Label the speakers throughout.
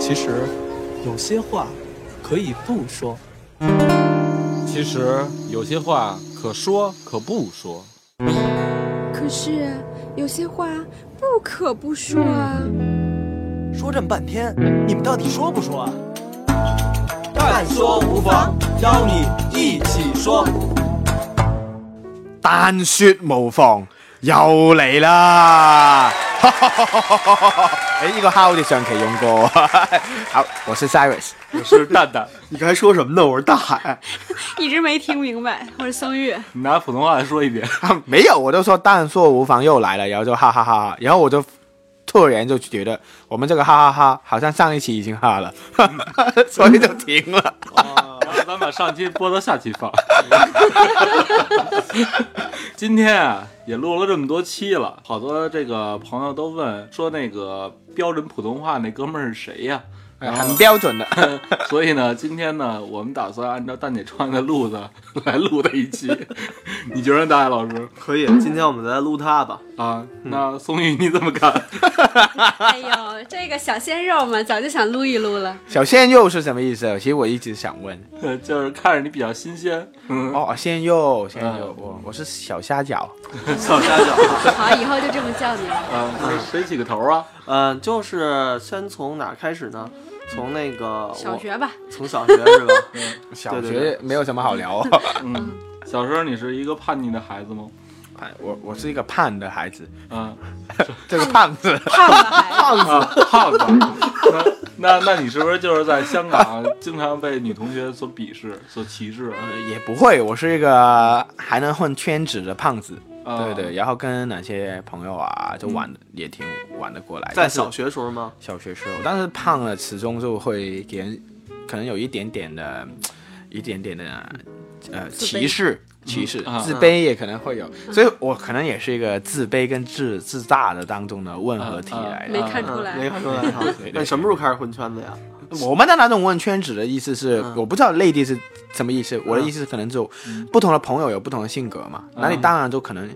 Speaker 1: 其实，有些话可以不说。
Speaker 2: 其实有些话可说可不说。
Speaker 3: 可是
Speaker 4: 啊
Speaker 3: 有些话不可不说啊。
Speaker 5: 说这么半天，你们到底说不说啊？
Speaker 6: 但说无妨，邀你一起说。
Speaker 7: 但说無妨，又嚟啦！ 诶，呢個敲好似上期用過。 好，我是 Cyrus，
Speaker 8: 我是蛋蛋。
Speaker 9: 你刚才说什么呢？我是大海。
Speaker 4: 一直没听明白，我是桑榆。
Speaker 8: 你拿普通话说一遍。
Speaker 7: 啊没有，我就说但说無妨又來了，然後就哈哈哈哈，然後我就突然就觉得我们这个哈哈哈，好像上一期已经哈了， 所以就停了。
Speaker 9: 啊
Speaker 8: 咱把上期播到下期 放。今天啊，也录了这么多期了，好多这个朋友都问说那个标准普通话那哥们儿是谁呀、
Speaker 7: 哎很标准的。
Speaker 8: 所以呢，今天呢，我们打算按照蛋姐创业的路子来录的 一期。你觉得大海老师
Speaker 9: 可以，今天我们来撸他吧。嗯
Speaker 8: 啊？那宋玉你怎么看？
Speaker 4: 哎呦，这个小鲜肉嘛，早就想撸一撸了。
Speaker 7: 小鲜肉是什么意思？其实我一直想问。
Speaker 8: 就是看着你比较新鲜。嗯，
Speaker 7: 哦，鲜肉，鲜肉，我我是小虾饺。
Speaker 8: 小家长啊
Speaker 4: 好，以后就这么叫你了。
Speaker 8: 啊，那谁起个头啊？
Speaker 9: 嗯、就是先从哪儿开始呢？从那个
Speaker 4: 小
Speaker 9: 我，
Speaker 4: 学吧，
Speaker 9: 从小学是 吧？
Speaker 7: 小
Speaker 9: 对对
Speaker 7: 学没有什么好 聊啊。
Speaker 8: 嗯，小时候你是一个叛逆的孩子吗？
Speaker 7: 哎我我是一个胖的孩子，
Speaker 8: 啊，
Speaker 7: 这个胖子，
Speaker 4: 胖了还。
Speaker 8: 啊，胖子。那那那你是不是就是在香港经常被女同学所鄙视、所歧 视？啊
Speaker 7: 也不会，我是一个还能混圈子的胖子。
Speaker 8: 啊
Speaker 7: 对对，然后跟哪些朋友啊，就玩的、也挺玩得过来。
Speaker 9: 在
Speaker 7: 但是
Speaker 9: 小学时候吗？
Speaker 7: 小学时候，但是胖了始终就会给人可能有一点点的，嗯一点点的呃
Speaker 4: 自卑
Speaker 7: 歧视。歧视、
Speaker 8: 啊
Speaker 7: 自卑也可能会有，所以我可能也是一个自卑跟自自大的当中的混合体
Speaker 8: 啊啊
Speaker 7: 来
Speaker 4: 没
Speaker 7: 的。
Speaker 4: 看出
Speaker 9: 嗯没
Speaker 4: 来，
Speaker 9: 看出来哈。
Speaker 7: 对
Speaker 9: 那
Speaker 7: 对
Speaker 9: 你什么时候开始混圈子呀？
Speaker 7: 我们的那种问圈子的意思是，
Speaker 9: 嗯
Speaker 7: 我不知道内地是什么意思。我的
Speaker 9: 嗯
Speaker 7: 意思是可能就不同的朋友有不同的性格嘛，那你当然就可能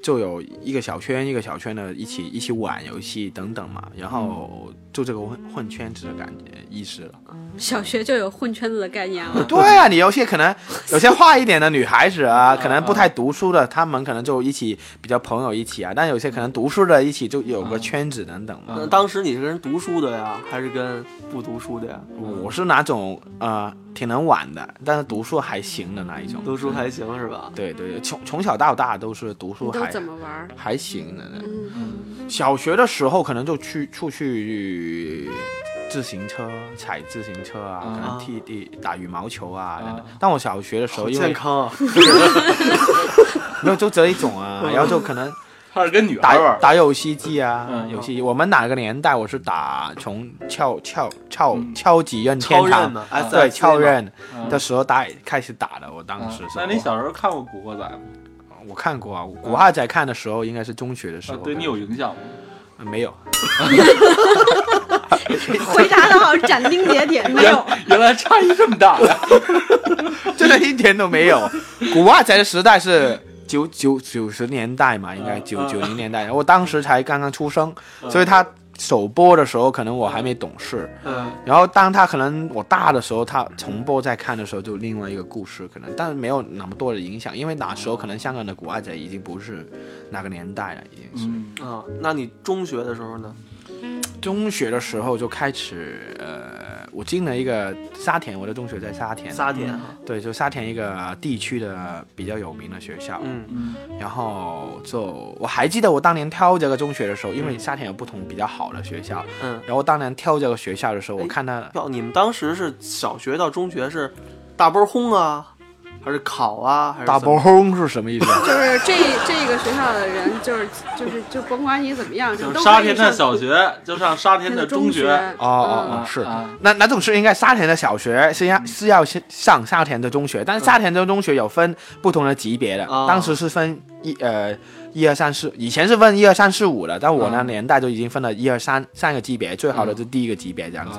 Speaker 7: 就有一个小圈一个小圈的一起一起玩游戏等等嘛，然后
Speaker 9: 嗯
Speaker 7: 就这个混混圈子的感觉意识了。
Speaker 4: 小学就有混圈子的概念了。
Speaker 7: 对啊，你有些可能有些坏一点的女孩子
Speaker 9: 嗯
Speaker 7: 啊，可能不太读书的，她们可能就一起比较朋友一起啊，但有些可能读书的一起就有个圈子等等嘛。
Speaker 9: 那呃当时你是跟读书的呀，还是跟不读书的呀？
Speaker 7: 我是那种呃挺能玩的，但是读书还行的那一种。
Speaker 9: 读书还行是吧？
Speaker 7: 对对，对从从小到大都是读
Speaker 4: 你
Speaker 7: 书
Speaker 4: 都
Speaker 7: 还
Speaker 4: 怎么玩儿？
Speaker 7: 还行的呢。
Speaker 4: 嗯，
Speaker 7: 小学的时候可能就去出去自行车踩自行车啊，可能
Speaker 9: 啊
Speaker 7: 踢地打羽毛球啊等等
Speaker 8: 啊。
Speaker 7: 但我小学的时候
Speaker 9: 好
Speaker 7: 因
Speaker 9: 健
Speaker 7: 为
Speaker 9: 康啊！
Speaker 7: 没有就这一种啊，然后就可能
Speaker 8: 他是跟女孩玩
Speaker 7: 打
Speaker 8: 儿。
Speaker 7: 打游戏机啊，
Speaker 8: 嗯
Speaker 7: 游戏机。我们哪个年代我是打从敲敲敲
Speaker 8: 嗯
Speaker 7: 敲几任天
Speaker 9: 超任
Speaker 7: 堂
Speaker 9: 嘛，
Speaker 8: 啊
Speaker 9: SFC
Speaker 7: 对敲
Speaker 9: 嘛，
Speaker 7: 任
Speaker 8: 嗯
Speaker 7: 的时候打开始打的，我当时
Speaker 8: 嗯
Speaker 7: 是。
Speaker 8: 那你小时候看过《古惑仔》吗？
Speaker 7: 我看过啊，我古惑仔看的时候应该是中学的时
Speaker 8: 啊
Speaker 7: 候，
Speaker 8: 对你有影响吗？
Speaker 7: 没 有？
Speaker 4: 回答的好斩钉截铁，没有。
Speaker 8: 原原来差异这么大呀！
Speaker 7: 真的一点都没有。古惑仔的时代是九九九十年代嘛，应该
Speaker 8: 嗯
Speaker 7: 九
Speaker 8: 嗯
Speaker 7: 九零年代，我当时才刚刚出生，所以他首播的时候可能我还没懂事。
Speaker 9: 嗯，
Speaker 7: 然后当他可能我大的时候，他重播再看的时候，就另外一个故事可能，但没有那么多的影响，因为那时候可能香港的古惑仔已经不是那个年代了，已经是、
Speaker 8: 嗯
Speaker 9: 啊，那你中学的时候呢？
Speaker 7: 中学的时候就开始，呃，我进了一个沙田，我的中学在沙田，
Speaker 9: 撒点啊哈，
Speaker 7: 对，就沙田一个地区的比较有名的学校，
Speaker 9: 嗯，
Speaker 8: 嗯
Speaker 7: 然后就我还记得我当年挑这个中学的时候，因为沙田有不同比较好的学校，
Speaker 9: 嗯
Speaker 7: 然后当年挑这个学校的时候，
Speaker 4: 哎
Speaker 7: 我看他
Speaker 9: 哟，你们当时是小学到中学是大波轰啊，还是考啊，还是
Speaker 7: 大
Speaker 9: 怎么
Speaker 7: 波轰是什么意 思？
Speaker 4: 就是这这个学校的人，就是就是就甭管你怎么样，
Speaker 8: 就
Speaker 4: 就是都
Speaker 8: 沙
Speaker 4: 可以
Speaker 8: 田的
Speaker 4: 上
Speaker 8: 小学，就上沙田
Speaker 4: 那
Speaker 8: 的
Speaker 4: 个
Speaker 8: 中
Speaker 4: 学。
Speaker 8: 学。
Speaker 7: 哦哦
Speaker 4: 嗯
Speaker 7: 哦，是
Speaker 8: 啊
Speaker 7: 那那种是应该沙田的小学是要是要先上沙
Speaker 4: 嗯
Speaker 7: 田的中学，但是沙田的中学有分不同的级别的，
Speaker 9: 哦
Speaker 7: 当时是分一呃一二三四，以前是分一二三四五的，但我
Speaker 4: 哦
Speaker 7: 那年代就已经分了一二三三个级别，最好的
Speaker 4: 嗯
Speaker 7: 就第一个级别
Speaker 8: 啊
Speaker 7: 这样子。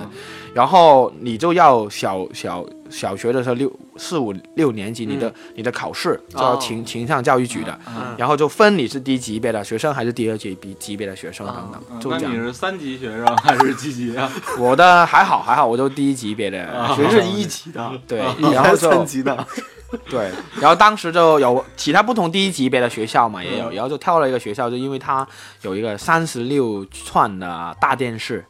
Speaker 7: 然后你就要小小小学的时候六四五六年级，你的、你的考试叫
Speaker 9: 哦
Speaker 7: 情情上教育局的，
Speaker 8: 嗯
Speaker 7: 然后就分你是低级别的学生还是第二级别级别的学生等等，
Speaker 8: 嗯
Speaker 7: 就
Speaker 8: 那
Speaker 7: 这
Speaker 8: 你
Speaker 7: 样。
Speaker 8: 是三级学生还是哦几级啊？
Speaker 7: 我的还好还好，我都第一级别的学
Speaker 9: 全
Speaker 7: 生
Speaker 9: 是一级的，
Speaker 7: 对
Speaker 8: 哦
Speaker 9: 你，
Speaker 7: 然
Speaker 9: 还
Speaker 7: 后
Speaker 9: 是三
Speaker 7: 就
Speaker 9: 级的，
Speaker 7: 对，然后当时就有其他不同低级别的学校嘛，
Speaker 8: 嗯
Speaker 7: 也有，然后就跳了一个学校，就因为它有一个三十六寸的大电视，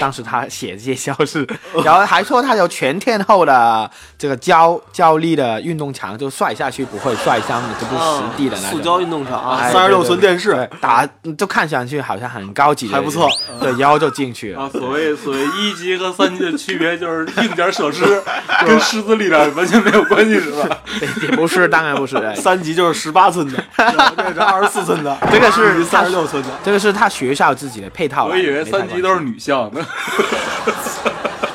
Speaker 7: 当时他写介绍是，然后还说他有全天候的这个胶胶粒的运动场，就摔下去不会摔伤的，这不是实地的
Speaker 8: 哦
Speaker 7: 那
Speaker 9: 塑
Speaker 7: 种。
Speaker 9: 胶运动场啊，
Speaker 7: 哎
Speaker 9: 三十六寸电，
Speaker 7: 对
Speaker 9: 视，
Speaker 7: 对打就看上去好像很高级的，
Speaker 9: 还不错，
Speaker 7: 对，然后就进去了
Speaker 8: 啊，。所谓所谓一级和三级的区别就是硬件设施跟师资力量完全没有关系，是吧？
Speaker 7: 也不是，当然不是， 哎
Speaker 9: 三级就是十八 寸的，这是二十四寸的，
Speaker 7: 这个是
Speaker 9: 三十六寸的，
Speaker 7: 这个是他学校自己的配套来
Speaker 8: 我
Speaker 7: 的。
Speaker 8: 以为
Speaker 7: 没太
Speaker 8: 三级都是女校呢。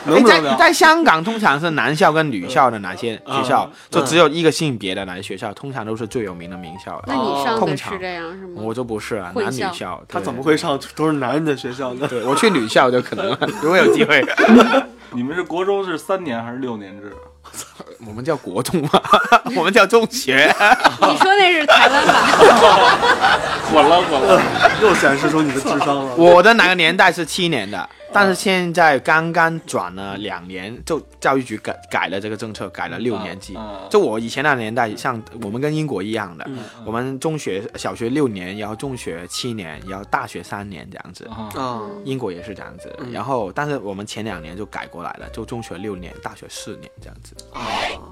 Speaker 9: 能不能
Speaker 7: 哎在
Speaker 9: 聊？
Speaker 7: 在香港，通常是男校跟女校的哪些学校，就只有一个性别的哪些学校，通常都是最有名的名校了。
Speaker 4: 那你
Speaker 8: 哦
Speaker 4: 上
Speaker 7: 通
Speaker 4: 的
Speaker 7: 常
Speaker 4: 是这样是吗？
Speaker 7: 我就不是啊，
Speaker 4: 混
Speaker 7: 男女
Speaker 4: 校
Speaker 7: 校，
Speaker 9: 他
Speaker 7: 对
Speaker 9: 怎么？会上都是男人的学校呢？
Speaker 7: 对我去女校就可 能了，如果有机会。
Speaker 8: 你们是国中是三年还是六年制？
Speaker 7: 我们叫国中嘛， 我们叫中学。
Speaker 4: 你说那是台湾版，
Speaker 8: 混了混了，
Speaker 9: 又显示出你的智 商了。
Speaker 7: 我的那个年代是七年的，但是现在刚刚转了两年，就教育局改改了这个政策，改了六年级
Speaker 8: 嗯嗯。
Speaker 7: 就我以前那个年代，像我们跟英国一样
Speaker 8: 嗯
Speaker 7: 的，我们中学、小学六年，然后中学七年，然后大学三年这样子。
Speaker 8: 啊
Speaker 9: 啊，
Speaker 7: 英国也是这样子，
Speaker 8: 嗯
Speaker 7: 然后但是我们前两年就改过来了，就中学六年，大学四年这样子。
Speaker 9: 嗯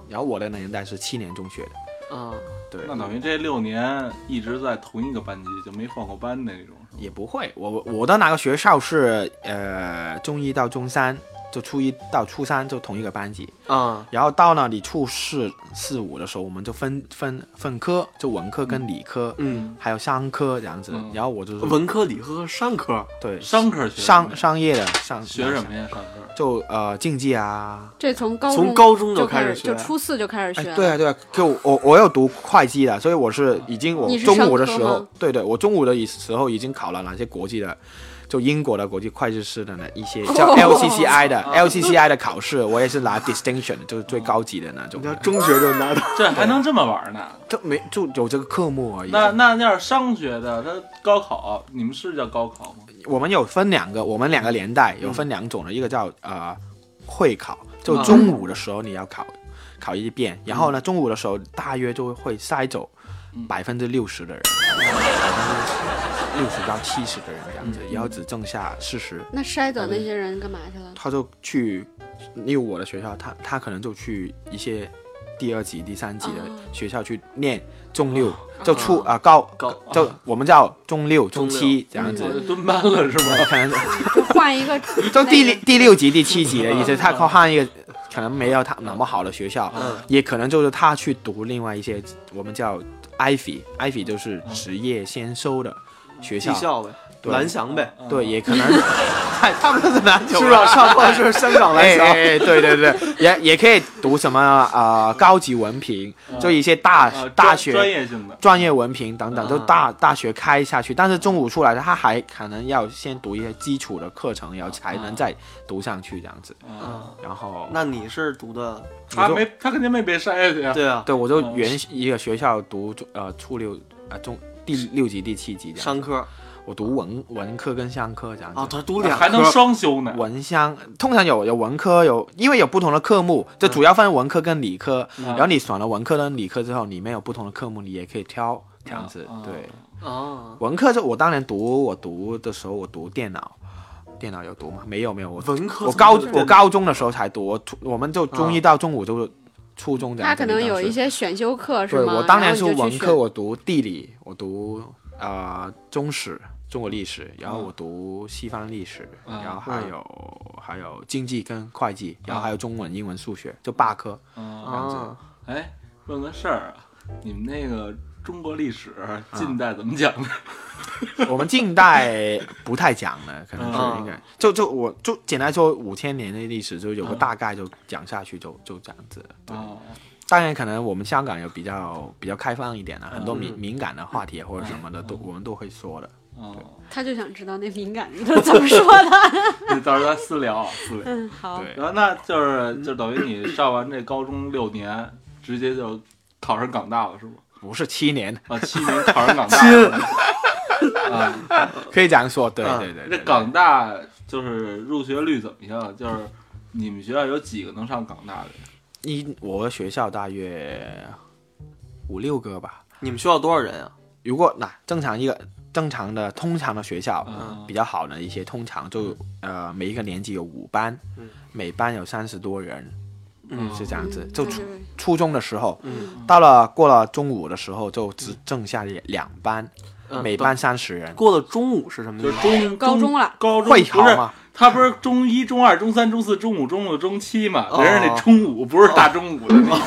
Speaker 7: 然后我的年代是七年中学的，
Speaker 9: 啊，
Speaker 7: 对，
Speaker 8: 那等于这六年一直在同一个班级，就没换过班那种，是吧
Speaker 7: 也不会。我我的那个学校是呃中一到中三，就初一到初三就同一个班级，
Speaker 9: 啊，
Speaker 7: 然后到那里初四四五的时候，我们就分分分科，就文科跟理科，
Speaker 9: 嗯，
Speaker 7: 还有商科这样子。
Speaker 8: 嗯
Speaker 7: 然后我就是
Speaker 9: 文科、理科、商科，
Speaker 7: 对
Speaker 8: 商科学什么呀
Speaker 7: 商商业的商
Speaker 8: 学什么呀？上课
Speaker 7: 就呃竞技啊，
Speaker 4: 这从高
Speaker 9: 从高中就
Speaker 4: 就
Speaker 9: 开始
Speaker 4: 始
Speaker 9: 学
Speaker 4: 就初四就开始
Speaker 7: 哎
Speaker 4: 学，，
Speaker 7: 对啊，对啊，就我我有读会计的，所以我是已经我
Speaker 4: 你是
Speaker 7: 中
Speaker 4: 商
Speaker 7: 午的
Speaker 4: 科
Speaker 7: 时候
Speaker 4: 吗，
Speaker 7: 对对，我中午的时候已经考了哪些国际的，就英国的国际会计师的那一些叫
Speaker 4: 哦
Speaker 7: LCCI 的 LCCI 的考试，我也是拿 distinction，就是最高级的那种
Speaker 9: 你要
Speaker 7: 的，
Speaker 9: 中学就拿到，
Speaker 8: 这还能这么玩呢？
Speaker 7: 就没就有这个科目而已。
Speaker 8: 那那要是商学的，他高考，你们是叫高考吗？
Speaker 7: 我们有分两个，我们两个年代有分两种的，一个叫呃会考，就中午的时候你要考、考一遍，然后呢中午的时候大约就会筛走百分之六十的人，六十到七十的人这样子，然后只剩下四十，
Speaker 4: 那筛走那些人干嘛去了？
Speaker 7: 他就去，因为我的学校，他他可能就去一些第二级、第三级的
Speaker 4: 哦
Speaker 7: 学校去念中六，就初啊、高
Speaker 9: 高
Speaker 7: 就我们叫中六、中
Speaker 9: 中
Speaker 7: 七这样
Speaker 4: 嗯
Speaker 7: 子
Speaker 8: 我，就蹲班了是吗？
Speaker 7: 可能。，
Speaker 4: 就换一个
Speaker 7: 就第六第六级、第七级的意思，他靠汉一个可能没有他那么好的学校，也可能就是他去读另外一些我们叫 ivy，ivy 就是职业先修的学
Speaker 9: 技
Speaker 7: 校，
Speaker 9: 校呗，
Speaker 7: 对
Speaker 9: 蓝翔呗，
Speaker 8: 嗯
Speaker 7: 对，也可能，哎他们是篮球
Speaker 9: 是啊吧？上课是香港
Speaker 7: 哎
Speaker 9: 蓝翔，
Speaker 7: 哎哎，对对对，也也可以读什么啊、呃高级文凭，就一些大、
Speaker 8: 啊，
Speaker 7: 大
Speaker 8: 专
Speaker 7: 学
Speaker 8: 专业性的，
Speaker 7: 专业文凭等等，
Speaker 9: 啊
Speaker 7: 都大大学开下去，但是中午出来的他还可能要先读一些基础的课程，然后才能再读上去这样子。
Speaker 8: 啊，
Speaker 7: 然后
Speaker 9: 嗯那你是读的
Speaker 8: 他没他肯定没被筛下去啊。
Speaker 9: 对啊，
Speaker 7: 对我就
Speaker 8: 嗯
Speaker 7: 原一个学校读中呃初六啊中第六级第七级这样
Speaker 9: 商
Speaker 7: 子，
Speaker 9: 科
Speaker 7: 我读文文科跟商科这样
Speaker 9: 啊，
Speaker 7: 子。
Speaker 9: 他读两
Speaker 8: 还能
Speaker 9: 科
Speaker 8: 双修呢，
Speaker 7: 文商通常有有文科有，因为有不同的科目，就
Speaker 9: 嗯
Speaker 7: 主要分文科跟理科。然后你选了文科跟理科之后，里面有不同的科目，你也可以挑这样子。
Speaker 9: 嗯
Speaker 8: 啊
Speaker 7: 对，
Speaker 9: 啊，
Speaker 7: 文科就我当年读，我读的时候我读电脑，电脑有读吗？没有没有，我
Speaker 9: 文科
Speaker 7: 我高
Speaker 9: 怎么嗯
Speaker 7: 我高中的时候才读，我初我们就中一到中午就初中这样
Speaker 4: 他
Speaker 7: 子。
Speaker 4: 可能有一
Speaker 7: 当时
Speaker 4: 些选修课是
Speaker 7: 对
Speaker 4: 吗？
Speaker 7: 我当年
Speaker 4: 然
Speaker 7: 是
Speaker 4: 后你就
Speaker 7: 文
Speaker 4: 去
Speaker 7: 科，
Speaker 4: 选
Speaker 7: 我读地理，我读呃中史、中国历史，然后
Speaker 4: 嗯
Speaker 7: 我读西方历史，
Speaker 8: 嗯
Speaker 7: 然后还有还有经济跟会计，
Speaker 4: 嗯
Speaker 7: 然后还有中文、英文、数学，就八科。
Speaker 8: 啊，
Speaker 9: 啊，
Speaker 8: 哎，问个事儿啊，你们那个中国历史近代怎么讲的？
Speaker 7: 我们近代不太讲了，可能
Speaker 9: 嗯
Speaker 7: 是应该就就我就
Speaker 4: 嗯
Speaker 7: 简单说五千年的历史就有个大概就讲下去就就这样子。
Speaker 8: 哦，
Speaker 7: 当然可能我们香港有比较比较开放一点的、很多
Speaker 4: 嗯
Speaker 7: 敏敏感的话题或者什么的都我们都会说的。
Speaker 8: 哦，
Speaker 4: 他就想知道那敏感的 都怎么说的。
Speaker 8: 这到时候咱私聊啊，私 聊。
Speaker 4: 嗯，好，
Speaker 7: 对
Speaker 8: 然后那就是就等于你上完这高中六年，直接就考上港大了，是吗？
Speaker 7: 不是七年，
Speaker 8: 啊，七年考上港大了。啊，
Speaker 7: 可以这样说。对
Speaker 4: 嗯
Speaker 9: 啊
Speaker 7: 对对
Speaker 8: 这
Speaker 7: 对，
Speaker 8: 港大就是入学率怎么样？就是你们学校有几个能上港大的人？
Speaker 7: 一我学校大约五六个吧。
Speaker 9: 你们学校多少人啊？
Speaker 7: 如果那、正常一个正常的通常的学校、
Speaker 8: 嗯
Speaker 7: 啊比较好的一些，通常就呃每一个年级有五班，每班有三十多人，
Speaker 8: 嗯
Speaker 7: 是这
Speaker 4: 这
Speaker 7: 样子。就初
Speaker 4: 是
Speaker 7: 初中的时候，
Speaker 9: 嗯
Speaker 4: 嗯
Speaker 7: 到了过了中午的时候就只剩下两两班，
Speaker 9: 嗯
Speaker 7: 每班三十人。
Speaker 9: 过了中午是什么意
Speaker 8: 就
Speaker 9: 思
Speaker 8: 是？中
Speaker 4: 高中了
Speaker 8: 高中
Speaker 7: 会考
Speaker 8: 不是
Speaker 7: 吗？
Speaker 8: 他不是中一、中二、中三、中四、中五、中六、中七嘛？
Speaker 9: 哦
Speaker 8: 人家那中午不是大中午的那 种，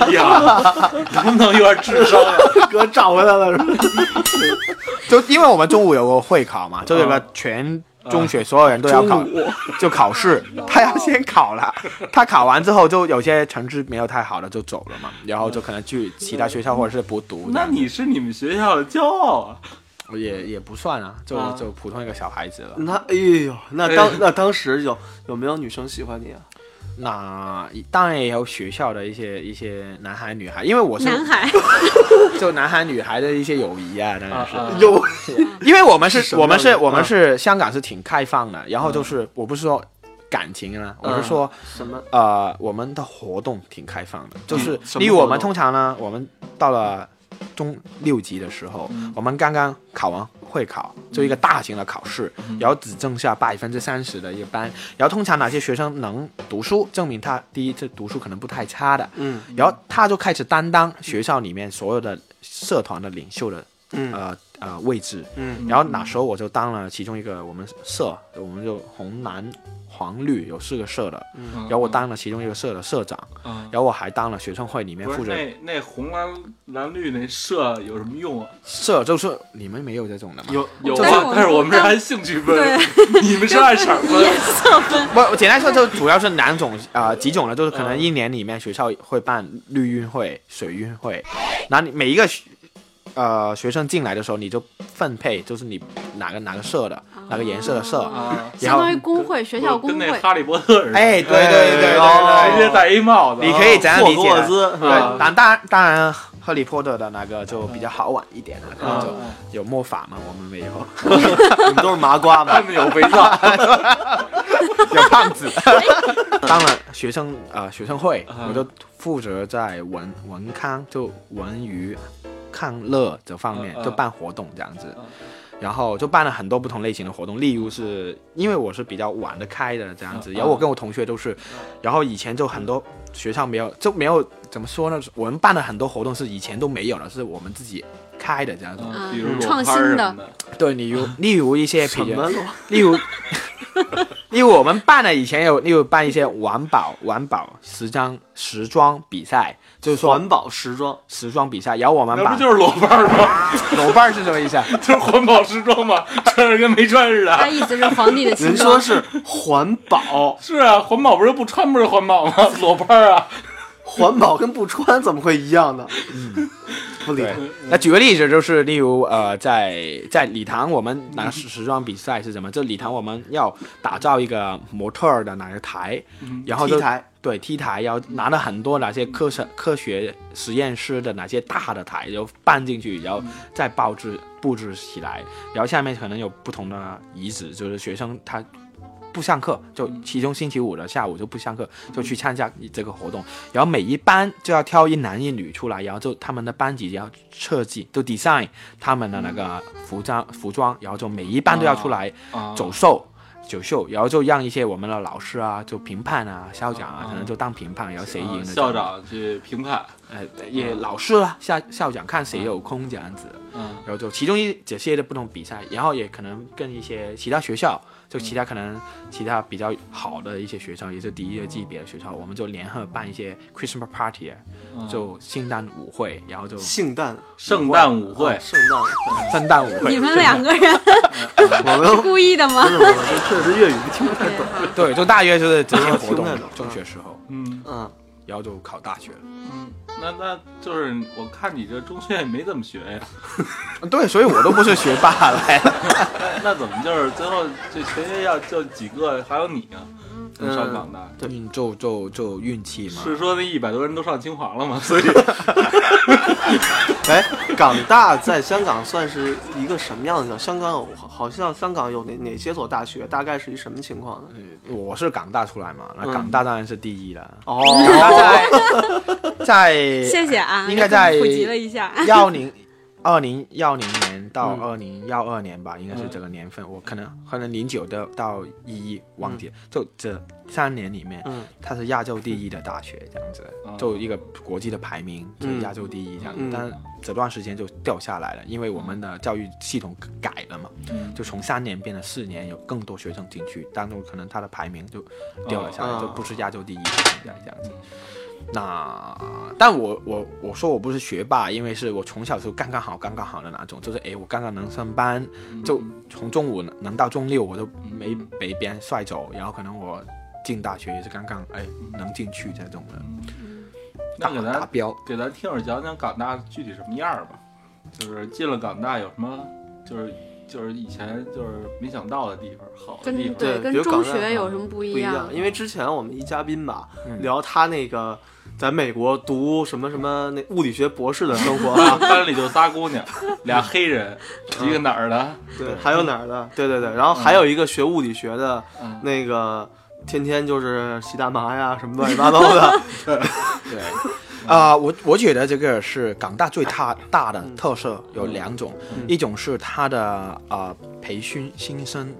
Speaker 8: 哎呀，能不能有点智商啊呀？
Speaker 7: 哥找回来了是吧？ 就因为我们中午有个会考嘛，就有个全中学所有人都要考，就考试，他要先考了，他考完之后就有些成绩没有太好的就走了嘛，然后就可能去其他学校或者是补读这
Speaker 8: 那
Speaker 7: 样子。
Speaker 8: 你是你们学校的骄傲啊！
Speaker 7: 也也不算啊，就
Speaker 8: 啊
Speaker 7: 就普通一个小孩子了。
Speaker 9: 那哎呦，那当那当时有有没有女生喜欢你啊？
Speaker 7: 那当然也有学校的一些一些男孩女孩，因为我是
Speaker 4: 男 孩，
Speaker 7: 就男孩女孩的一些友谊啊，当然是。
Speaker 8: 啊
Speaker 9: 有
Speaker 7: 因为我们是，
Speaker 9: 什么嗯
Speaker 7: 我们是，
Speaker 9: 样的
Speaker 7: 我们是香港是挺开放的，然后就是我不是说感情啊，
Speaker 9: 嗯
Speaker 7: 我是说
Speaker 9: 什么？
Speaker 7: 呃我们的活动挺开放的，就是
Speaker 9: 嗯什么
Speaker 7: 例如我们
Speaker 9: 活动
Speaker 7: 通常呢，我们到了中六级的时候，
Speaker 9: 嗯
Speaker 7: 我们刚刚考完会考，就一个大型的考试，
Speaker 9: 嗯
Speaker 7: 然后只剩下百分之三十的一个班，然后通常哪些学生能读书，证明他第一次读书可能不太差的，
Speaker 9: 嗯，
Speaker 7: 然后他就开始担当学校里面所有的社团的领袖的，
Speaker 9: 嗯
Speaker 7: 呃呃位置，
Speaker 9: 嗯，
Speaker 7: 然后那时候我就当了其中一个我们社，我们就红蓝黄绿有四个社的，然嗯后我当了其中一个社的社长，
Speaker 8: 嗯
Speaker 7: 然后我还当了学生会里面
Speaker 8: 不是
Speaker 7: 负责
Speaker 8: 那那红蓝蓝绿那社有什么用啊？
Speaker 7: 社，就是你们没有这种的吗？
Speaker 9: 有
Speaker 8: 有
Speaker 4: 但是
Speaker 8: 啊
Speaker 4: 我，们
Speaker 8: 但是我们是
Speaker 4: 当
Speaker 8: 按兴趣分，你们是按色儿分。
Speaker 7: 不，简单说就主要是两种啊、呃几种呢，就是可
Speaker 4: 嗯
Speaker 7: 能一年里面学校会办绿运会、水运会，然后你每一个学呃学生进来的时候，你就分配就是你哪个哪个社的、哪个颜色的社，
Speaker 8: 啊，
Speaker 4: 哦
Speaker 7: 然
Speaker 4: 相
Speaker 7: 后
Speaker 4: 当于工会，学校工
Speaker 8: 跟那
Speaker 4: 会。
Speaker 8: 哈利波特似的，
Speaker 7: 哎，对对对对哦
Speaker 9: 哎
Speaker 8: 直接戴一帽子啊。
Speaker 7: 对，你可以这样
Speaker 9: 霍
Speaker 7: 理
Speaker 9: 格
Speaker 7: 解啊
Speaker 9: 沃
Speaker 7: 的。
Speaker 9: 兹是
Speaker 7: 对
Speaker 9: 吧？，
Speaker 7: 但当然当然，哈利波特的那个就比较好玩一点了，可能就
Speaker 8: 啊
Speaker 7: 有魔法嘛，我们没有，
Speaker 9: 你们都是麻瓜
Speaker 8: 啊他
Speaker 9: 嘛？
Speaker 8: 们有肥皂，
Speaker 7: 有胖子。当了学生呃学生会，
Speaker 8: 啊
Speaker 7: 我就负责在文文康就文娱、康乐这方面
Speaker 8: 啊啊
Speaker 7: 就办活动这样子
Speaker 8: 啊，
Speaker 7: 然后就办了很多不同类型的活动，例如是因为我是比较玩得开的这样子，
Speaker 8: 啊啊
Speaker 7: 然后我跟我同学都是，然后以前就很多学校没有就没有怎么说呢，我们办了很多活动是以前都没有的，是我们自己开的这样子。
Speaker 8: 嗯
Speaker 4: 啊
Speaker 8: 比如
Speaker 4: 创
Speaker 8: 裸拍儿
Speaker 4: 新
Speaker 8: 什
Speaker 4: 的
Speaker 8: 么的，
Speaker 7: 对，例如例如一些比
Speaker 9: 什
Speaker 7: 较
Speaker 9: 么？
Speaker 7: 例如， 例如我们办了以前有，例如办一些环保环保时装时装比赛，就是说
Speaker 9: 环保时装？
Speaker 7: 时装比赛，然后我们
Speaker 8: 那
Speaker 7: 把
Speaker 8: 不就是裸拍儿吗？
Speaker 7: 手办是什么意思啊？
Speaker 8: 就是环保时装嘛，穿着跟没穿似
Speaker 4: 他
Speaker 8: 的。
Speaker 4: 意思是皇 帝的
Speaker 9: 您
Speaker 4: 亲
Speaker 9: 说
Speaker 4: 装，
Speaker 9: 是环保？
Speaker 8: 是啊，环保不是不穿不是环保吗？ 裸拍儿啊，
Speaker 9: 环保跟不穿怎么会一样呢？不理
Speaker 7: 嗯对，嗯那举个例子，就是例如呃，在在礼堂我们拿时时装比赛是什么？就礼堂我们要打造一个模特儿的哪个台，然后就
Speaker 9: T 嗯台
Speaker 7: 对 T 台，要拿了很多哪些科学科学实验室的哪些大的台，然后搬进去，然后再布置布置起来，然后下面可能有不同的遗址，就是学生他。不上课，就其中星期五的下午就不上课，就去参加这个活动。然后每一班就要挑一男一女出来，然后就他们的班级要设计，就 design 他们的那个服装服装，然后就每一班都要出来
Speaker 8: 啊
Speaker 7: 走秀。走秀，然后就让一些我们的老师啊，就评判啊，校长啊，
Speaker 8: 啊
Speaker 7: 可能就当评判，然后谁赢了、
Speaker 8: 哦校，长去评判，
Speaker 7: 呃，也老师啊，校校长看谁有空这样子，
Speaker 8: 嗯
Speaker 7: 然后就其中一这些的不同比赛，然后也可能跟一些其他学校，就其他可能其他比较好的一些学校，也是第一个级别的学校，我们就联合办一些 Christmas party，啊、
Speaker 8: 嗯
Speaker 7: 就圣诞舞会，然后就
Speaker 9: 性诞
Speaker 8: 圣诞舞会
Speaker 9: 哦，圣诞舞会，
Speaker 7: 圣诞舞
Speaker 4: 你
Speaker 7: 会，
Speaker 4: 们两个 人
Speaker 9: 我们
Speaker 4: 故意的吗
Speaker 9: 不？是我们确实粤语不听不太
Speaker 4: 对
Speaker 9: 懂。
Speaker 4: 好
Speaker 7: 对，就大约就是这些活
Speaker 9: 听
Speaker 7: 动
Speaker 9: 那种，
Speaker 7: 中学时候。
Speaker 8: 嗯，
Speaker 9: 嗯，
Speaker 7: 然后就考大学了。
Speaker 8: 那那就是我看你这中学也没怎么学呀，
Speaker 7: 啊对，所以我都不是学霸来 的。
Speaker 8: 那那怎么就是最后这全学校就几个，还有你啊，能上
Speaker 9: 嗯
Speaker 8: 港大？
Speaker 9: 对
Speaker 7: 运就就就运气嘛。
Speaker 8: 是说那一百多人都上清华了吗？所以
Speaker 9: 哎，港大在香港算是一个什么样的？香港有好像香港有哪哪些所大学？大概是一什么情况呢？
Speaker 7: 嗯我是港大出来嘛，
Speaker 9: 嗯
Speaker 7: 那港大当然是第一了。
Speaker 9: 哦，
Speaker 7: 港大在在
Speaker 4: 谢谢啊，
Speaker 7: 应该在
Speaker 4: 普及了一下。
Speaker 7: 幺零二零幺零年到
Speaker 9: 嗯
Speaker 7: 二零幺二年吧，应该是这个年份。我可能可能零九的到一一忘记了，就这三年里面，
Speaker 9: 嗯
Speaker 7: 它是亚洲第一的大学这样子
Speaker 8: 哦，
Speaker 7: 就一个国际的排名，就是亚洲第一这样。
Speaker 9: 嗯
Speaker 7: 但这段时间就掉下来了，因为我们的教育系统改了嘛，嗯就从三年变成四年，有更多学生进去，当中可能它的排名就掉了下来，
Speaker 9: 哦
Speaker 7: 就不是亚洲第一这样这样子。那，但我我我说我不是学霸，因为是我从小就刚刚好刚刚好的那种，就是诶，我刚刚能上班，就从中午能能到中六，我都没被别人甩走，然后可能我进大学也是刚刚哎能进去这种的
Speaker 8: 那给
Speaker 7: 达
Speaker 8: 咱
Speaker 7: 标。
Speaker 8: 给咱听友讲讲港大具体什么样儿吧，就是进了港大有什么，就是就是以前就是没想到的地方，好的地
Speaker 4: 跟
Speaker 8: 方。，
Speaker 9: 对
Speaker 4: 跟
Speaker 9: 比如
Speaker 4: 中
Speaker 9: 港大
Speaker 4: 学有什么不
Speaker 9: 不
Speaker 4: 一
Speaker 9: 一
Speaker 4: 样
Speaker 9: 样，？因为之前我们一嘉宾吧
Speaker 7: 嗯
Speaker 9: 聊他那个在美国读什么什么那物理学博士的生活 啊
Speaker 8: 班里就仨姑娘，俩黑人，一个哪儿的？
Speaker 9: 对，还有哪儿的？对对对，然后还有一个学物理学的
Speaker 8: 嗯
Speaker 9: 那个。天天就是吸大麻呀，什么乱七八糟的，
Speaker 7: 对， 啊、我我觉得这个是港大最大大的特色有两种，一种是它的啊、呃培训新生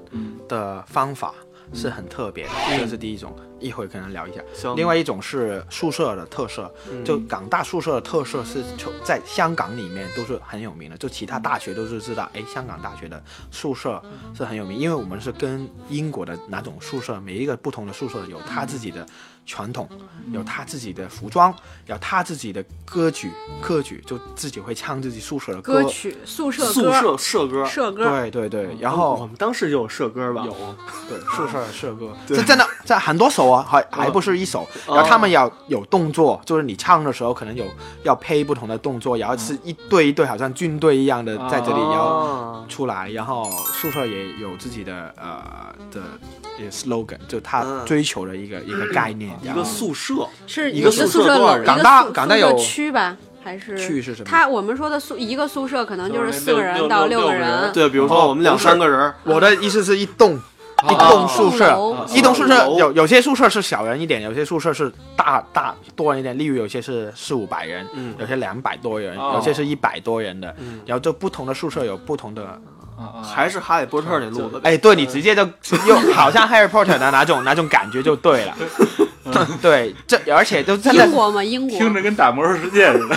Speaker 7: 的方法是很特别的，这是第一种，一会儿可能聊一下。
Speaker 9: 行嗯
Speaker 7: 另外一种是宿舍的特色，
Speaker 4: 嗯
Speaker 7: 就港大宿舍的特色是从在香港里面都是很有名的，就其他大学都是知道，哎，香港大学的宿舍
Speaker 4: 嗯
Speaker 7: 是很有名，因为我们是跟英国的哪种宿舍，每一个不同的宿舍有它自己的传统，
Speaker 4: 嗯
Speaker 7: 有他自己的服装，有他自己的歌曲，歌曲就自己会唱自己宿舍的
Speaker 4: 歌曲、宿舍
Speaker 9: 宿舍社歌，
Speaker 4: 社歌，嗯
Speaker 7: 对对对，然
Speaker 9: 我
Speaker 7: 后
Speaker 9: 们当时就有社歌吧？啊
Speaker 8: 有，
Speaker 7: 对宿舍社歌，这真的这很多首啊，还
Speaker 9: 嗯
Speaker 7: 还不是一首。
Speaker 9: 啊
Speaker 7: 然后他们要有动作，就是你唱的时候可能有要配不同的动作，然后是一队一队，好像军队一样的在这里，然后
Speaker 9: 哦
Speaker 7: 出来，然后宿舍也有自己的呃的也 slogan，就他
Speaker 9: 嗯
Speaker 7: 追求的一个一个概念，
Speaker 9: 一
Speaker 7: 然
Speaker 9: 个
Speaker 7: 后
Speaker 9: 宿舍，
Speaker 4: 是
Speaker 9: 一
Speaker 4: 一
Speaker 9: 个
Speaker 4: 个
Speaker 9: 宿舍
Speaker 4: 宿舍
Speaker 9: 多少
Speaker 4: 楼，
Speaker 9: 人
Speaker 4: 一个
Speaker 7: 港大
Speaker 4: 宿
Speaker 7: 港大
Speaker 4: 宿舍
Speaker 7: 有
Speaker 4: 区吧？还是
Speaker 7: 区是什么
Speaker 4: 他我们说的宿一个宿舍可能就是四个人到
Speaker 8: 六
Speaker 4: 个
Speaker 8: 六个人
Speaker 9: 对，比如
Speaker 7: 哦
Speaker 9: 说我们两三个人儿，
Speaker 7: 我的意思是一栋
Speaker 9: 啊
Speaker 7: 一栋宿舍
Speaker 4: 栋楼，嗯
Speaker 7: 一栋宿舍
Speaker 9: 栋楼
Speaker 7: 有有些宿舍是小人一点，有些宿舍是大大多人一点，例如有些是四五百人，
Speaker 9: 嗯
Speaker 7: 有些两百多人，
Speaker 8: 哦
Speaker 7: 有些是一百多人的
Speaker 9: 嗯，呃
Speaker 7: 然后就不同的宿舍有不同的。
Speaker 8: 啊啊
Speaker 9: 还是哈利波特那路子呗。
Speaker 7: 哎，对你直接就又好像 Harry Potter 的哪种哪种感觉就对 了，
Speaker 9: 嗯
Speaker 7: 对，这而且就 真的
Speaker 4: 英国嘛，英国
Speaker 8: 听着跟打魔兽世界似的。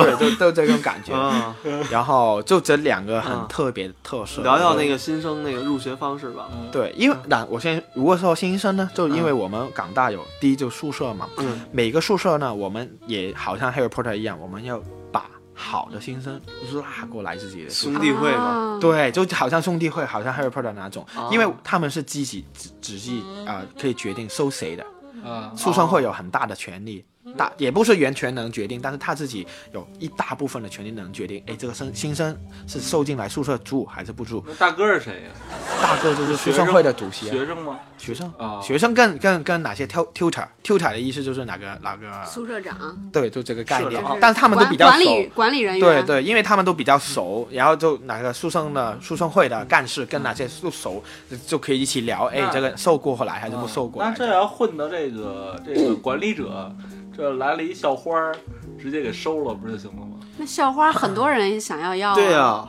Speaker 7: 对，就就这种感觉。
Speaker 9: 啊，
Speaker 7: 然后就这两个
Speaker 9: 嗯
Speaker 7: 很特别的特色，
Speaker 9: 聊聊那个新生那个入学方式吧。
Speaker 7: 对，因为那我先如果说新生呢，就因为我们港大有第一就宿舍嘛，
Speaker 9: 嗯，
Speaker 7: 每个宿舍呢，我们也好像 Harry Potter 一样，我们要把好的新生拉过来自己的宿舍
Speaker 9: 兄弟会嘛，
Speaker 4: 啊
Speaker 7: 对，就好像兄弟会，好像 Harry Potter 那种，
Speaker 9: 哦
Speaker 7: 因为他们是自己自自己啊、呃可以决定收谁的，
Speaker 8: 啊，
Speaker 7: 宿生会有很大的权利，大也不是完全能决定，但是他自己有一大部分的权利能决定，哎，这个生新生是受进来宿舍住还是不住，
Speaker 8: 那大哥是谁呀？
Speaker 7: 大哥就是宿生会的主席啊、
Speaker 8: 学生吗？
Speaker 7: 学生
Speaker 8: 啊
Speaker 7: 学生跟跟跟哪些 tu- tutor tutor 的意思就是哪个哪个
Speaker 4: 宿舍长，
Speaker 7: 对，就这个概念
Speaker 4: 就，是
Speaker 7: 啊但是他们都
Speaker 4: 管
Speaker 7: 比较
Speaker 4: 管理
Speaker 7: 熟。
Speaker 4: 管理人员，
Speaker 7: 对对，因为他们都比较熟，然后就哪个宿生
Speaker 4: 嗯
Speaker 7: 的宿生会的干事跟哪些宿熟，就就可以一起聊，
Speaker 4: 嗯
Speaker 7: 哎
Speaker 8: 那，
Speaker 7: 这个受过来还是不受过
Speaker 8: 啊那
Speaker 7: 来？
Speaker 8: 这要混到这个这个管理者，这来了一校花儿，直接给收了，不是就行了吗？
Speaker 4: 那校花很多人想 要要，
Speaker 7: 啊
Speaker 9: 对，呀，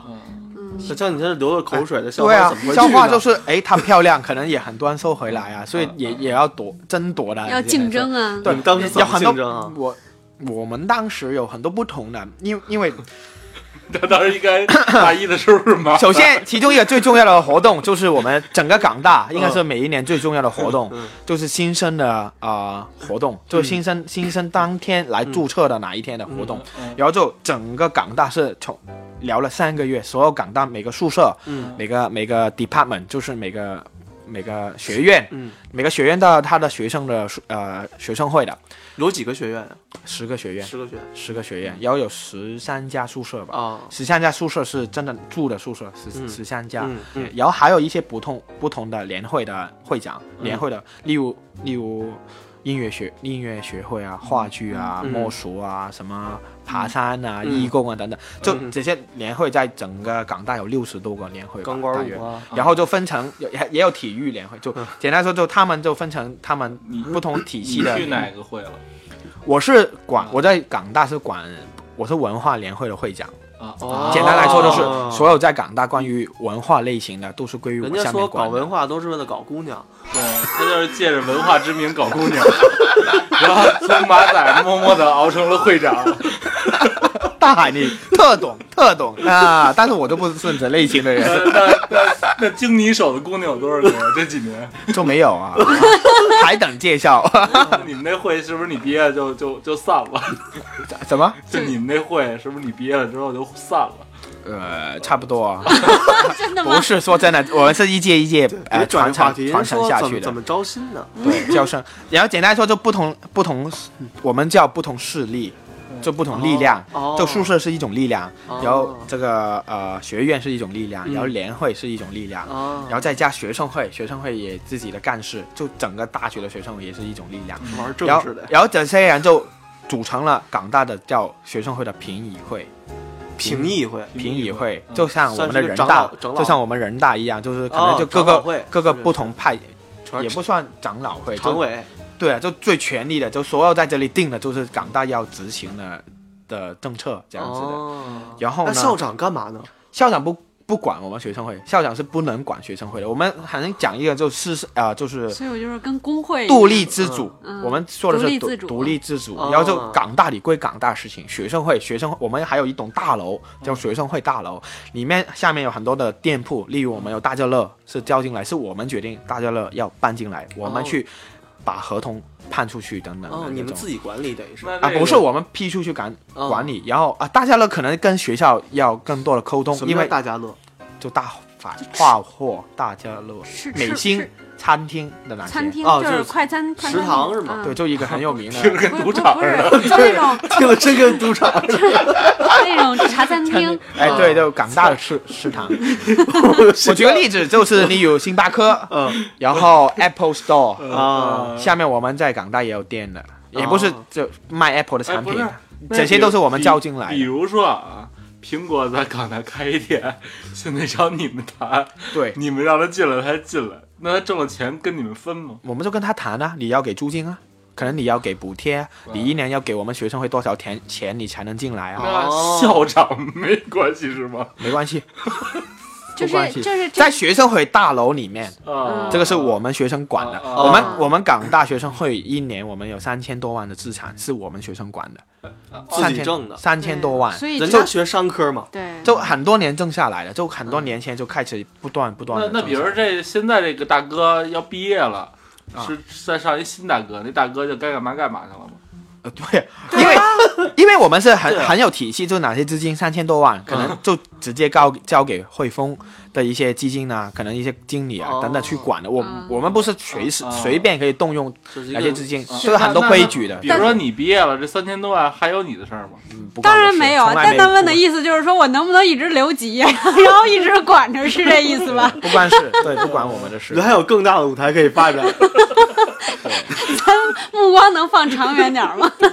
Speaker 8: 嗯，
Speaker 9: 那像你这流着口水的校
Speaker 7: 对
Speaker 9: 花
Speaker 7: 啊
Speaker 9: 怎么会，
Speaker 7: 消化
Speaker 9: 去呢
Speaker 7: 就是哎，她漂亮，可能也很端收回 来啊，所以
Speaker 8: 嗯
Speaker 7: 也也要夺争夺的，
Speaker 4: 要竞争
Speaker 7: 啊。
Speaker 4: 啊，
Speaker 7: 对
Speaker 9: 你，们当时怎
Speaker 7: 有
Speaker 9: 么
Speaker 7: 很多
Speaker 9: 竞争啊
Speaker 7: 我我们当时有很多不同的，因因为
Speaker 8: 他当时应该大一的时候是 吗？
Speaker 7: 首先，其中一个最重要的活动就是我们整个港大
Speaker 9: 嗯
Speaker 7: 应该是每一年最重要的活动，就是新生的啊、呃活动，
Speaker 9: 嗯
Speaker 7: 就是新生、新生当天来注册的哪一天的活
Speaker 9: 嗯
Speaker 7: 动，然后就整个港大是从聊了三个月，所有港大每个宿舍，
Speaker 9: 嗯
Speaker 7: 每个每个 department 就是每个。每个学 院，
Speaker 9: 嗯，
Speaker 7: 每个学院都有他的学生的数呃学生会的，
Speaker 9: 有几个学院啊？
Speaker 7: 十个学院，
Speaker 9: 十个学院
Speaker 7: 十个学院，
Speaker 9: 嗯
Speaker 7: 然后有十三家宿舍吧，
Speaker 9: 啊。
Speaker 7: 十三家宿舍是真的住的宿舍，十
Speaker 9: 嗯
Speaker 7: 十三家，
Speaker 9: 嗯嗯
Speaker 7: 然后还有一些不同不同的联会的会长，
Speaker 9: 嗯
Speaker 7: 联会的，例如例如音乐学音乐学会啊、话剧啊、
Speaker 9: 嗯
Speaker 7: 魔术啊、什么爬山啊、
Speaker 9: 嗯
Speaker 7: 义工啊等等，就
Speaker 9: 嗯
Speaker 7: 这些联会在整个港大有六十多个联会吧，
Speaker 9: 钢
Speaker 7: 大
Speaker 9: 管
Speaker 7: 约
Speaker 9: 舞啊，嗯
Speaker 7: 然后就分成有也也有体育联会，就简单说，就他们就分成他们
Speaker 8: 你
Speaker 7: 不同体
Speaker 8: 你
Speaker 7: 系
Speaker 9: 嗯
Speaker 7: 的
Speaker 8: 去。哪个会了？
Speaker 7: 我是管我在港大是管我是文化联会的会长，
Speaker 8: 啊，
Speaker 9: 哦
Speaker 7: 简单来说就是
Speaker 9: 有
Speaker 7: 所有在港大关于文化类型的都是归于
Speaker 9: 人
Speaker 7: 我
Speaker 9: 家
Speaker 7: 下
Speaker 9: 说
Speaker 7: 面
Speaker 9: 搞
Speaker 7: 管的。
Speaker 9: 文化都是为了搞姑娘，
Speaker 8: 对，他就是借着文化之名搞 姑娘，然后从马仔默默的熬成了会 长。
Speaker 7: 大海你特懂特懂 啊，但是我都不是这类型的
Speaker 8: 那
Speaker 7: 人，
Speaker 8: 那那那经你手的姑娘有多少个？这 几年，
Speaker 7: 就没 有啊，还等介绍 嗯
Speaker 8: 你们那会是不是你毕业就就就散了？
Speaker 7: 什么？
Speaker 8: 就你们那会是不是你毕业了之后就散了？
Speaker 7: 呃，差不 多啊，
Speaker 4: 真的吗
Speaker 7: 不？是说真的，我们是一届一届
Speaker 9: 别
Speaker 7: 呃
Speaker 9: 转
Speaker 7: 传
Speaker 9: 移话题，
Speaker 7: 承传
Speaker 9: 人
Speaker 7: 承
Speaker 9: 说
Speaker 7: 下
Speaker 9: 怎
Speaker 7: 去
Speaker 9: 么
Speaker 7: 的
Speaker 9: 怎。么招新呢？
Speaker 7: 对，叫声。然后简单来说，就不同不同，我们叫不同势力，就不同力量。
Speaker 9: 嗯哦
Speaker 7: 就宿舍是一种力量，
Speaker 9: 哦
Speaker 7: 然后这个呃学院是一种力量，
Speaker 9: 嗯
Speaker 7: 然后联会是一种力量，
Speaker 9: 啊
Speaker 7: 然后再加学生会，学生会也自己的干事，就整个大学的学生会也是一种力量。
Speaker 9: 玩
Speaker 7: 然
Speaker 9: 政
Speaker 7: 后
Speaker 9: 治的，
Speaker 7: 然后这些人就组成了港大的叫学生会的评议会。
Speaker 9: 评议会，
Speaker 7: 评议会，
Speaker 8: 嗯
Speaker 7: 就像我们的人
Speaker 9: 算是个长
Speaker 7: 大
Speaker 9: 老长，老
Speaker 7: 就像我们人大一样，就是可能
Speaker 9: 哦
Speaker 7: 就各
Speaker 9: 长老
Speaker 7: 个
Speaker 9: 会
Speaker 7: 各个
Speaker 9: 是
Speaker 7: 不同派，
Speaker 9: 全
Speaker 7: 也
Speaker 9: 是
Speaker 7: 不算长老会，就
Speaker 9: 常委，
Speaker 7: 对啊，就最权力的，就所有在这里定的，就是港大要执行的的政策
Speaker 9: 这
Speaker 7: 这样子的。
Speaker 9: 的
Speaker 7: 然后
Speaker 9: 哦那
Speaker 7: 呢，
Speaker 9: 校长干嘛呢？
Speaker 7: 校长不不管我们学生会，校长是不能管学生会的。我们还能讲一个，就是呃，就是
Speaker 4: 所以我就说跟工会一样
Speaker 7: 独立自主。
Speaker 4: 嗯
Speaker 7: 我们说的
Speaker 4: 独
Speaker 7: 是
Speaker 4: 立
Speaker 7: 独
Speaker 4: 自主
Speaker 7: 独立自主，
Speaker 9: 哦
Speaker 7: 然后就港大里归港大事情，学生会学生，我们还有一栋大楼
Speaker 9: 嗯
Speaker 7: 叫学生会大楼，里面下面有很多的店铺，例如我们有大家乐是交进来，是我们决定大家乐要搬进来，我们
Speaker 9: 哦
Speaker 7: 去把合同判出去等等的那
Speaker 9: 哦，
Speaker 7: 种。
Speaker 9: 你们自己管理等于是
Speaker 8: 那
Speaker 7: 啊，
Speaker 8: 这个
Speaker 7: 不是我们批出去管
Speaker 9: 哦
Speaker 7: 管理，然后啊，大家乐可能跟学校要更多的沟通
Speaker 9: 什，么
Speaker 7: 因
Speaker 9: 叫
Speaker 7: 为
Speaker 9: 大家乐？
Speaker 7: 就大法划货，大家乐
Speaker 4: 是
Speaker 7: 美
Speaker 4: 是
Speaker 7: 心
Speaker 4: 是
Speaker 7: 餐厅的那
Speaker 4: 餐
Speaker 7: 些，
Speaker 4: 厅
Speaker 9: 哦
Speaker 4: 就
Speaker 9: 就是
Speaker 4: 是快餐快餐
Speaker 9: 食堂
Speaker 4: 店
Speaker 9: 是吗
Speaker 4: 嗯
Speaker 7: 对，就一个很有名
Speaker 8: 听着
Speaker 7: 的，
Speaker 8: 跟
Speaker 4: 不是
Speaker 8: 赌
Speaker 4: 不
Speaker 8: 场
Speaker 4: 不
Speaker 8: 似
Speaker 4: 是就
Speaker 8: 的。，
Speaker 4: 那 种
Speaker 9: 听了真跟赌场，
Speaker 4: 那种茶餐厅，
Speaker 7: 哎，对，就港大的食食堂。我举个例子，就是你有星巴克，
Speaker 9: 嗯
Speaker 7: 然后 Apple Store，
Speaker 8: 嗯
Speaker 9: 啊，
Speaker 7: 下面我们在港大也有店的，也不是
Speaker 9: 哦
Speaker 7: 就卖 Apple 的产
Speaker 8: 不
Speaker 7: 品
Speaker 8: 是，
Speaker 7: 这些都是我们招进来
Speaker 8: 呃比
Speaker 7: 的。
Speaker 8: 如说啊，苹果在港台开一店，现在找你们谈，
Speaker 7: 对，
Speaker 8: 你们让他进来，他进来，那他挣了钱跟你们分吗？
Speaker 7: 我们就跟他谈啊，你要给租金啊，可能你要给补贴啊，你一年要给我们学生会多少钱钱你才能进来啊？
Speaker 8: 那
Speaker 9: 哦
Speaker 8: 校长没关系是吗？
Speaker 7: 没关系，
Speaker 4: 就
Speaker 7: 不关
Speaker 4: 是
Speaker 7: 系
Speaker 4: 就是这
Speaker 7: 在学生会大楼里面，
Speaker 8: 啊，
Speaker 7: 这个是我们学生管的。
Speaker 8: 哦
Speaker 7: 我们
Speaker 4: 哦
Speaker 7: 我们港大学生会一年我们有三千多万的资产是我们学生管的，
Speaker 8: 哦
Speaker 9: 自己挣的，
Speaker 7: 三千多万
Speaker 4: 对，所以
Speaker 9: 人
Speaker 4: 就
Speaker 9: 家学商科嘛，
Speaker 4: 对
Speaker 7: 就很多年挣下来的，就很多年前就开始不断不断
Speaker 8: 嗯那
Speaker 7: 的。
Speaker 8: 那比如这现在这个大哥要毕业了。
Speaker 7: 啊
Speaker 8: 是再上一新大哥，那大哥就该干嘛干嘛去了吗？
Speaker 7: 呃，对，
Speaker 4: 啊
Speaker 7: 因 为因为我们是很
Speaker 9: 对啊
Speaker 7: 很有体系，就哪些资金三千多万，可
Speaker 8: 嗯
Speaker 7: 能就直接交交给汇丰的一些基金啊，可能一些经理啊
Speaker 9: 哦
Speaker 7: 等等去管的。我
Speaker 4: 嗯
Speaker 7: 我们不是随时
Speaker 8: 嗯
Speaker 7: 随便可以动用
Speaker 9: 就是一
Speaker 7: 哪些
Speaker 9: 个
Speaker 7: 资金，
Speaker 8: 嗯
Speaker 7: 是有很多规矩的
Speaker 8: 比。如说你毕业了，这三千多万还有你的事儿吗？
Speaker 7: 嗯不关
Speaker 4: 当
Speaker 7: 我
Speaker 4: 然
Speaker 7: 事
Speaker 4: 没有啊，
Speaker 7: 从来
Speaker 4: 但他问的
Speaker 7: 不
Speaker 4: 意思就是说我能不能一直留级， 然后一直管着，是这意思吧？
Speaker 7: 不关事，对，不管我们的事
Speaker 9: 人。还有更大的舞台可以发展，
Speaker 4: 目光能放长远点儿吗？
Speaker 7: 嗯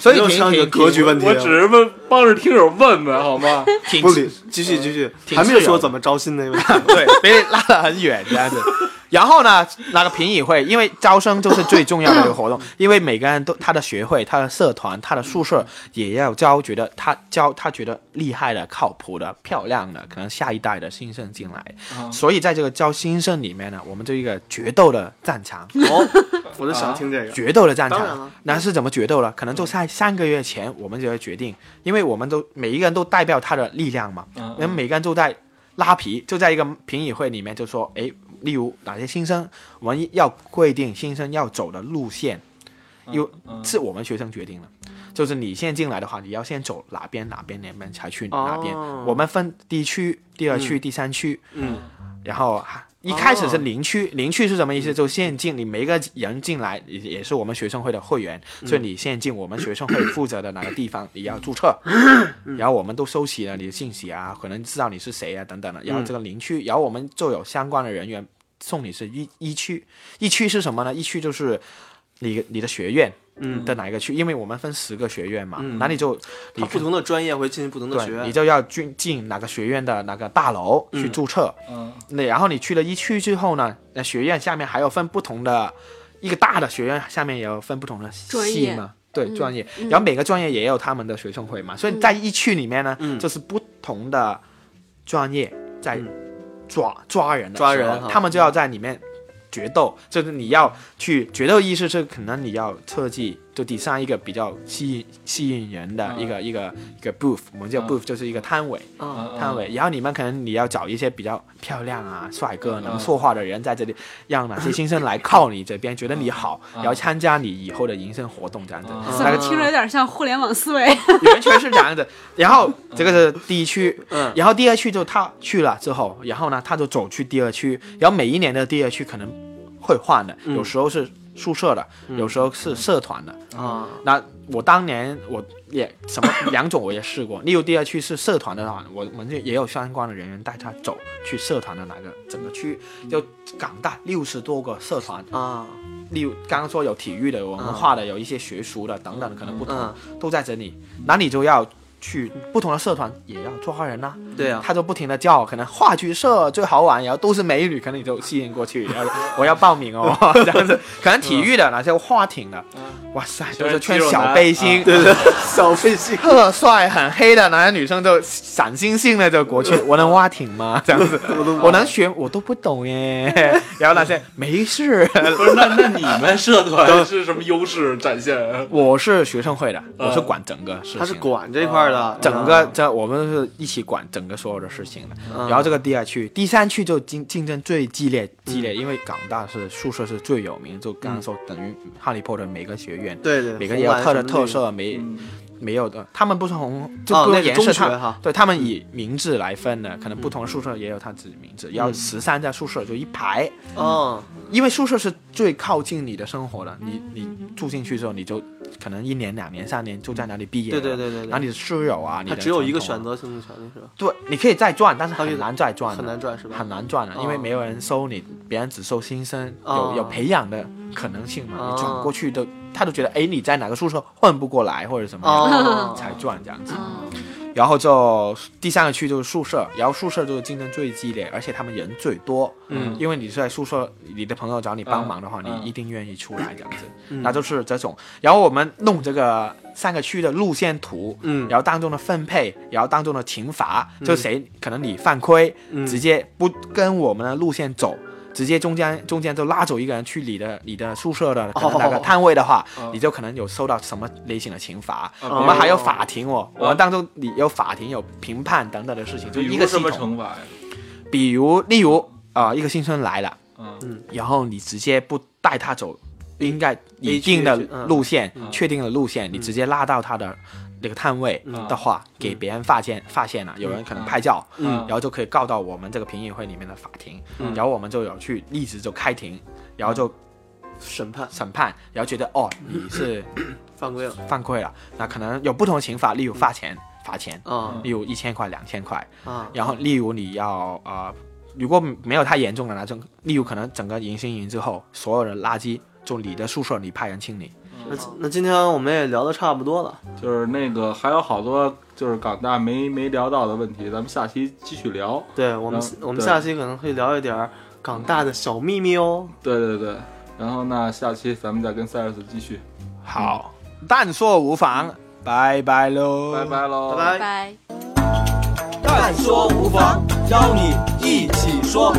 Speaker 7: 所以
Speaker 9: 又
Speaker 7: 挺
Speaker 9: 上一个
Speaker 7: 挺
Speaker 9: 格局问题
Speaker 8: 我
Speaker 9: 了。
Speaker 8: 只是问帮着听友 问问好吗？
Speaker 7: 挺
Speaker 9: 不理，继续继续，
Speaker 7: 挺
Speaker 9: 还没有
Speaker 7: 自由
Speaker 9: 说
Speaker 7: 的
Speaker 9: 怎么招新的问题。
Speaker 7: 对，被拉得很远这样子。 然后呢，那个评议会，因为招生就是最重要的一个活 动，因为每个人都他的学会、他的社团、他的宿舍也要招，觉得他招他觉得厉害的、靠谱的、漂亮的，可能下一代的新生进来。所以在这个招新生里面呢，我们就一个决斗的战场，
Speaker 9: 哦， 我就想听这 个。
Speaker 7: 决斗的战
Speaker 9: 当然了
Speaker 7: 场。那是怎么决斗了？可能就在三个月前，我们就要决定，因为我们都每一个人都代表他的力量嘛，
Speaker 8: 嗯
Speaker 7: 那每个人都在拉皮，就在一个评议会里面就说，哎，例如哪些新生，我们要规定新生要走的路线，有
Speaker 8: 嗯
Speaker 7: 是我们学生决定的，就是你先进来的话，你要先走哪边哪边哪边才去哪边
Speaker 9: 哦，
Speaker 7: 我们分第一区、第二区、第三区，
Speaker 9: 嗯，
Speaker 7: 然后啊一开始是零区，零区是什么意思？就现进，你每一个人进来也也是我们学生会的会员，所以你现进我们学生会负责的哪个地方，你要注 册，嗯然后我们都收集了你的信息啊，可能知道你是谁啊等等的。然后这个零区，然后我们就有相关的人员送你是一一区，一区是什么呢？一区就是你你的学院。嗯的哪一个区？因为我们分十个学院嘛，那你就你
Speaker 9: 它不同的专业会进行不同的
Speaker 7: 对，
Speaker 9: 学院
Speaker 7: 你。就要进进哪个学院的哪个大楼去注册。
Speaker 8: 嗯，
Speaker 7: 那然后你去了一区之后呢，那学院下面还有分不同的，一个大的学院下面也有分不同的
Speaker 4: 专
Speaker 7: 系
Speaker 4: 业
Speaker 7: 嘛。对专业，然后每个专业也有他们的学生会嘛，所以在一区里面呢，就是不同的专业在抓抓人的时候，
Speaker 9: 抓人哈
Speaker 7: 他们就要在里面决斗，就是你要去决斗意识是可能你要设计就第三一个比较吸引吸引人的一个、一个一个 booth，我们叫
Speaker 8: 嗯
Speaker 7: booth 就是一个摊位，
Speaker 9: 啊，
Speaker 7: 摊位，然后你们可能你要找一些比较漂亮啊、帅哥、
Speaker 8: 嗯
Speaker 7: 能说话的人在这里，让哪些新生来靠你这边，觉得你好，
Speaker 8: 嗯
Speaker 7: 然后参加你以后的迎生活动这样子，
Speaker 8: 嗯
Speaker 4: 怎么听着有点像互联网思维？
Speaker 7: 完全是这样子。然后这个是第一区，
Speaker 9: 嗯
Speaker 7: 然后第二区就他去了之后，然后呢他就走去第二区，然后每一年的第二区可能会换的，
Speaker 8: 嗯
Speaker 7: 有时候是宿舍的，有时候是社团的，
Speaker 9: 啊，
Speaker 7: 那我当年我也什么两种我也试过，例如第二区是社团的话，我我们就也有相关的人员带他走去社团的哪个整个区，就港大六十多个社团，
Speaker 9: 啊，
Speaker 7: 例如刚刚说有体育的、有文化的、有一些学术的等等，可能不同、
Speaker 9: 嗯
Speaker 7: 都在这里，那你就要。去不同的社团也要抓人呐、
Speaker 9: 对啊
Speaker 7: 他就不停的叫，可能话剧社最好玩，然后都是美女，可能你就吸引过去，然后我要报名哦， 这样子，可能体育的，哪些话艇的，
Speaker 9: 嗯
Speaker 7: 哇塞，都是穿小背心，
Speaker 8: 对
Speaker 7: 对，
Speaker 9: 啊小费心
Speaker 7: 特帅很黑的男女生就闪星星的就过去，我能蛙艇吗？这样子，我能学，我都不懂耶。 然后那些没事，
Speaker 8: 不是，那那你们社团是什么优势展现？
Speaker 7: 我是学生会的，我是管整个事情的，
Speaker 9: 嗯他是管这块儿的，
Speaker 7: 整个这我们是一起管整个所有的事情的。
Speaker 9: 啊
Speaker 7: 然后这个第二区、第三区就竞竞争最激烈激
Speaker 9: 嗯
Speaker 7: 烈，因为港大是宿舍是最有名，就刚刚说等于哈利波特每个学院，
Speaker 9: 对对
Speaker 7: 每个也有特的
Speaker 9: 嗯红蓝什么
Speaker 7: 特
Speaker 9: 绿
Speaker 7: 色，没没有的，他们不是红，就
Speaker 9: 哦
Speaker 7: 不
Speaker 9: 那
Speaker 7: 用
Speaker 9: 是
Speaker 7: 颜
Speaker 9: 中
Speaker 7: 色，
Speaker 9: 学
Speaker 7: 他
Speaker 9: 哈嗯
Speaker 7: 对他们以名字来分的，可能不同的宿舍也有他自己的名字，要十三家宿舍就一排。
Speaker 9: 嗯，
Speaker 7: 因为宿舍是最靠近你的生活的，你你住进去之后，你就可能一年、两年、三年就在那里毕业了。
Speaker 9: 对对对对对
Speaker 7: 然后你的室友啊，你
Speaker 9: 他
Speaker 7: 的
Speaker 9: 只有一个选
Speaker 7: 传统啊。
Speaker 9: 择性的权利是吧？
Speaker 7: 对，你可以再赚，但是
Speaker 9: 它可以
Speaker 7: 很难再赚了，
Speaker 9: 很难赚是吧
Speaker 7: 很难赚了，因为
Speaker 9: 哦
Speaker 7: 没有人收你，别人只收新生，
Speaker 9: 哦
Speaker 7: 有有培养的可能性嘛。
Speaker 9: 哦
Speaker 7: 你转过去都，他都觉得，哎，你在哪个宿舍混不过来或者什么样，
Speaker 9: 哦
Speaker 7: 才赚这样子。
Speaker 4: 嗯
Speaker 7: 然后就第三个区就是宿舍，然后宿舍就是竞争最激烈，而且他们人最多。嗯，因为你是在宿舍，你的朋友找你帮忙的话，
Speaker 8: 嗯
Speaker 7: 你一定愿意出来这样子。那就是这种。然后我们弄这个三个区的路线图，
Speaker 9: 嗯
Speaker 7: 然后当中的分配，然后当中的停罚，就谁可能你犯规，
Speaker 9: 嗯
Speaker 8: 嗯
Speaker 7: 直接不跟我们的路线走。直接中间中间就拉走一个人去你的你的宿舍
Speaker 8: 哦
Speaker 7: 的可能那个摊位的话，你就可能有受到什么类型的刑罚。
Speaker 8: 嗯哦嗯
Speaker 7: 我们还有法庭哦，我们当中你有法庭有评判等等的事情，就
Speaker 8: 比
Speaker 7: 一
Speaker 8: 如
Speaker 7: 个系
Speaker 8: 什么
Speaker 7: 统。
Speaker 8: 惩罚呀？
Speaker 7: 比如例如啊、一个新生来了，
Speaker 8: 嗯
Speaker 7: 然后你直接不带他走，应该一定的
Speaker 9: A 区嗯
Speaker 7: 路线、
Speaker 8: 嗯
Speaker 7: 确定的路线，你直接拉到他的那个摊位的话，给别人发现发现了，有人可能拍照，
Speaker 8: 嗯
Speaker 7: 然后就可以告到我们这个评议会里面的法庭，
Speaker 9: 嗯
Speaker 7: 然后我们就有去一直就开庭，然后就
Speaker 9: 嗯审判
Speaker 7: 审判，然后觉得哦你是
Speaker 9: 犯规了
Speaker 7: 犯规了，那可能有不同的刑罚，例如罚钱，罚钱，
Speaker 9: 啊
Speaker 7: 例如一千块、两千块，
Speaker 9: 啊
Speaker 7: 然后例如你要啊、呃如果没有太严重的那种，例如可能整个迎新营之后，所有的垃圾就你的宿舍你派人清理，
Speaker 8: 嗯
Speaker 9: 那那今天我们也聊的差不多了，
Speaker 8: 就是那个还有好多就是港大没没聊到的问题，咱们下期继续聊。
Speaker 9: 对我们
Speaker 8: 嗯
Speaker 9: 我们
Speaker 8: 对
Speaker 9: 下期可能会聊一点儿港大的小秘密哦。
Speaker 8: 对对对，然后那下期咱们再跟 Cyrus 继续，
Speaker 7: 好，但说无妨，拜拜喽，
Speaker 8: 拜拜喽，
Speaker 9: 嗯拜拜
Speaker 4: 拜。
Speaker 6: 但说无妨，邀你一起说。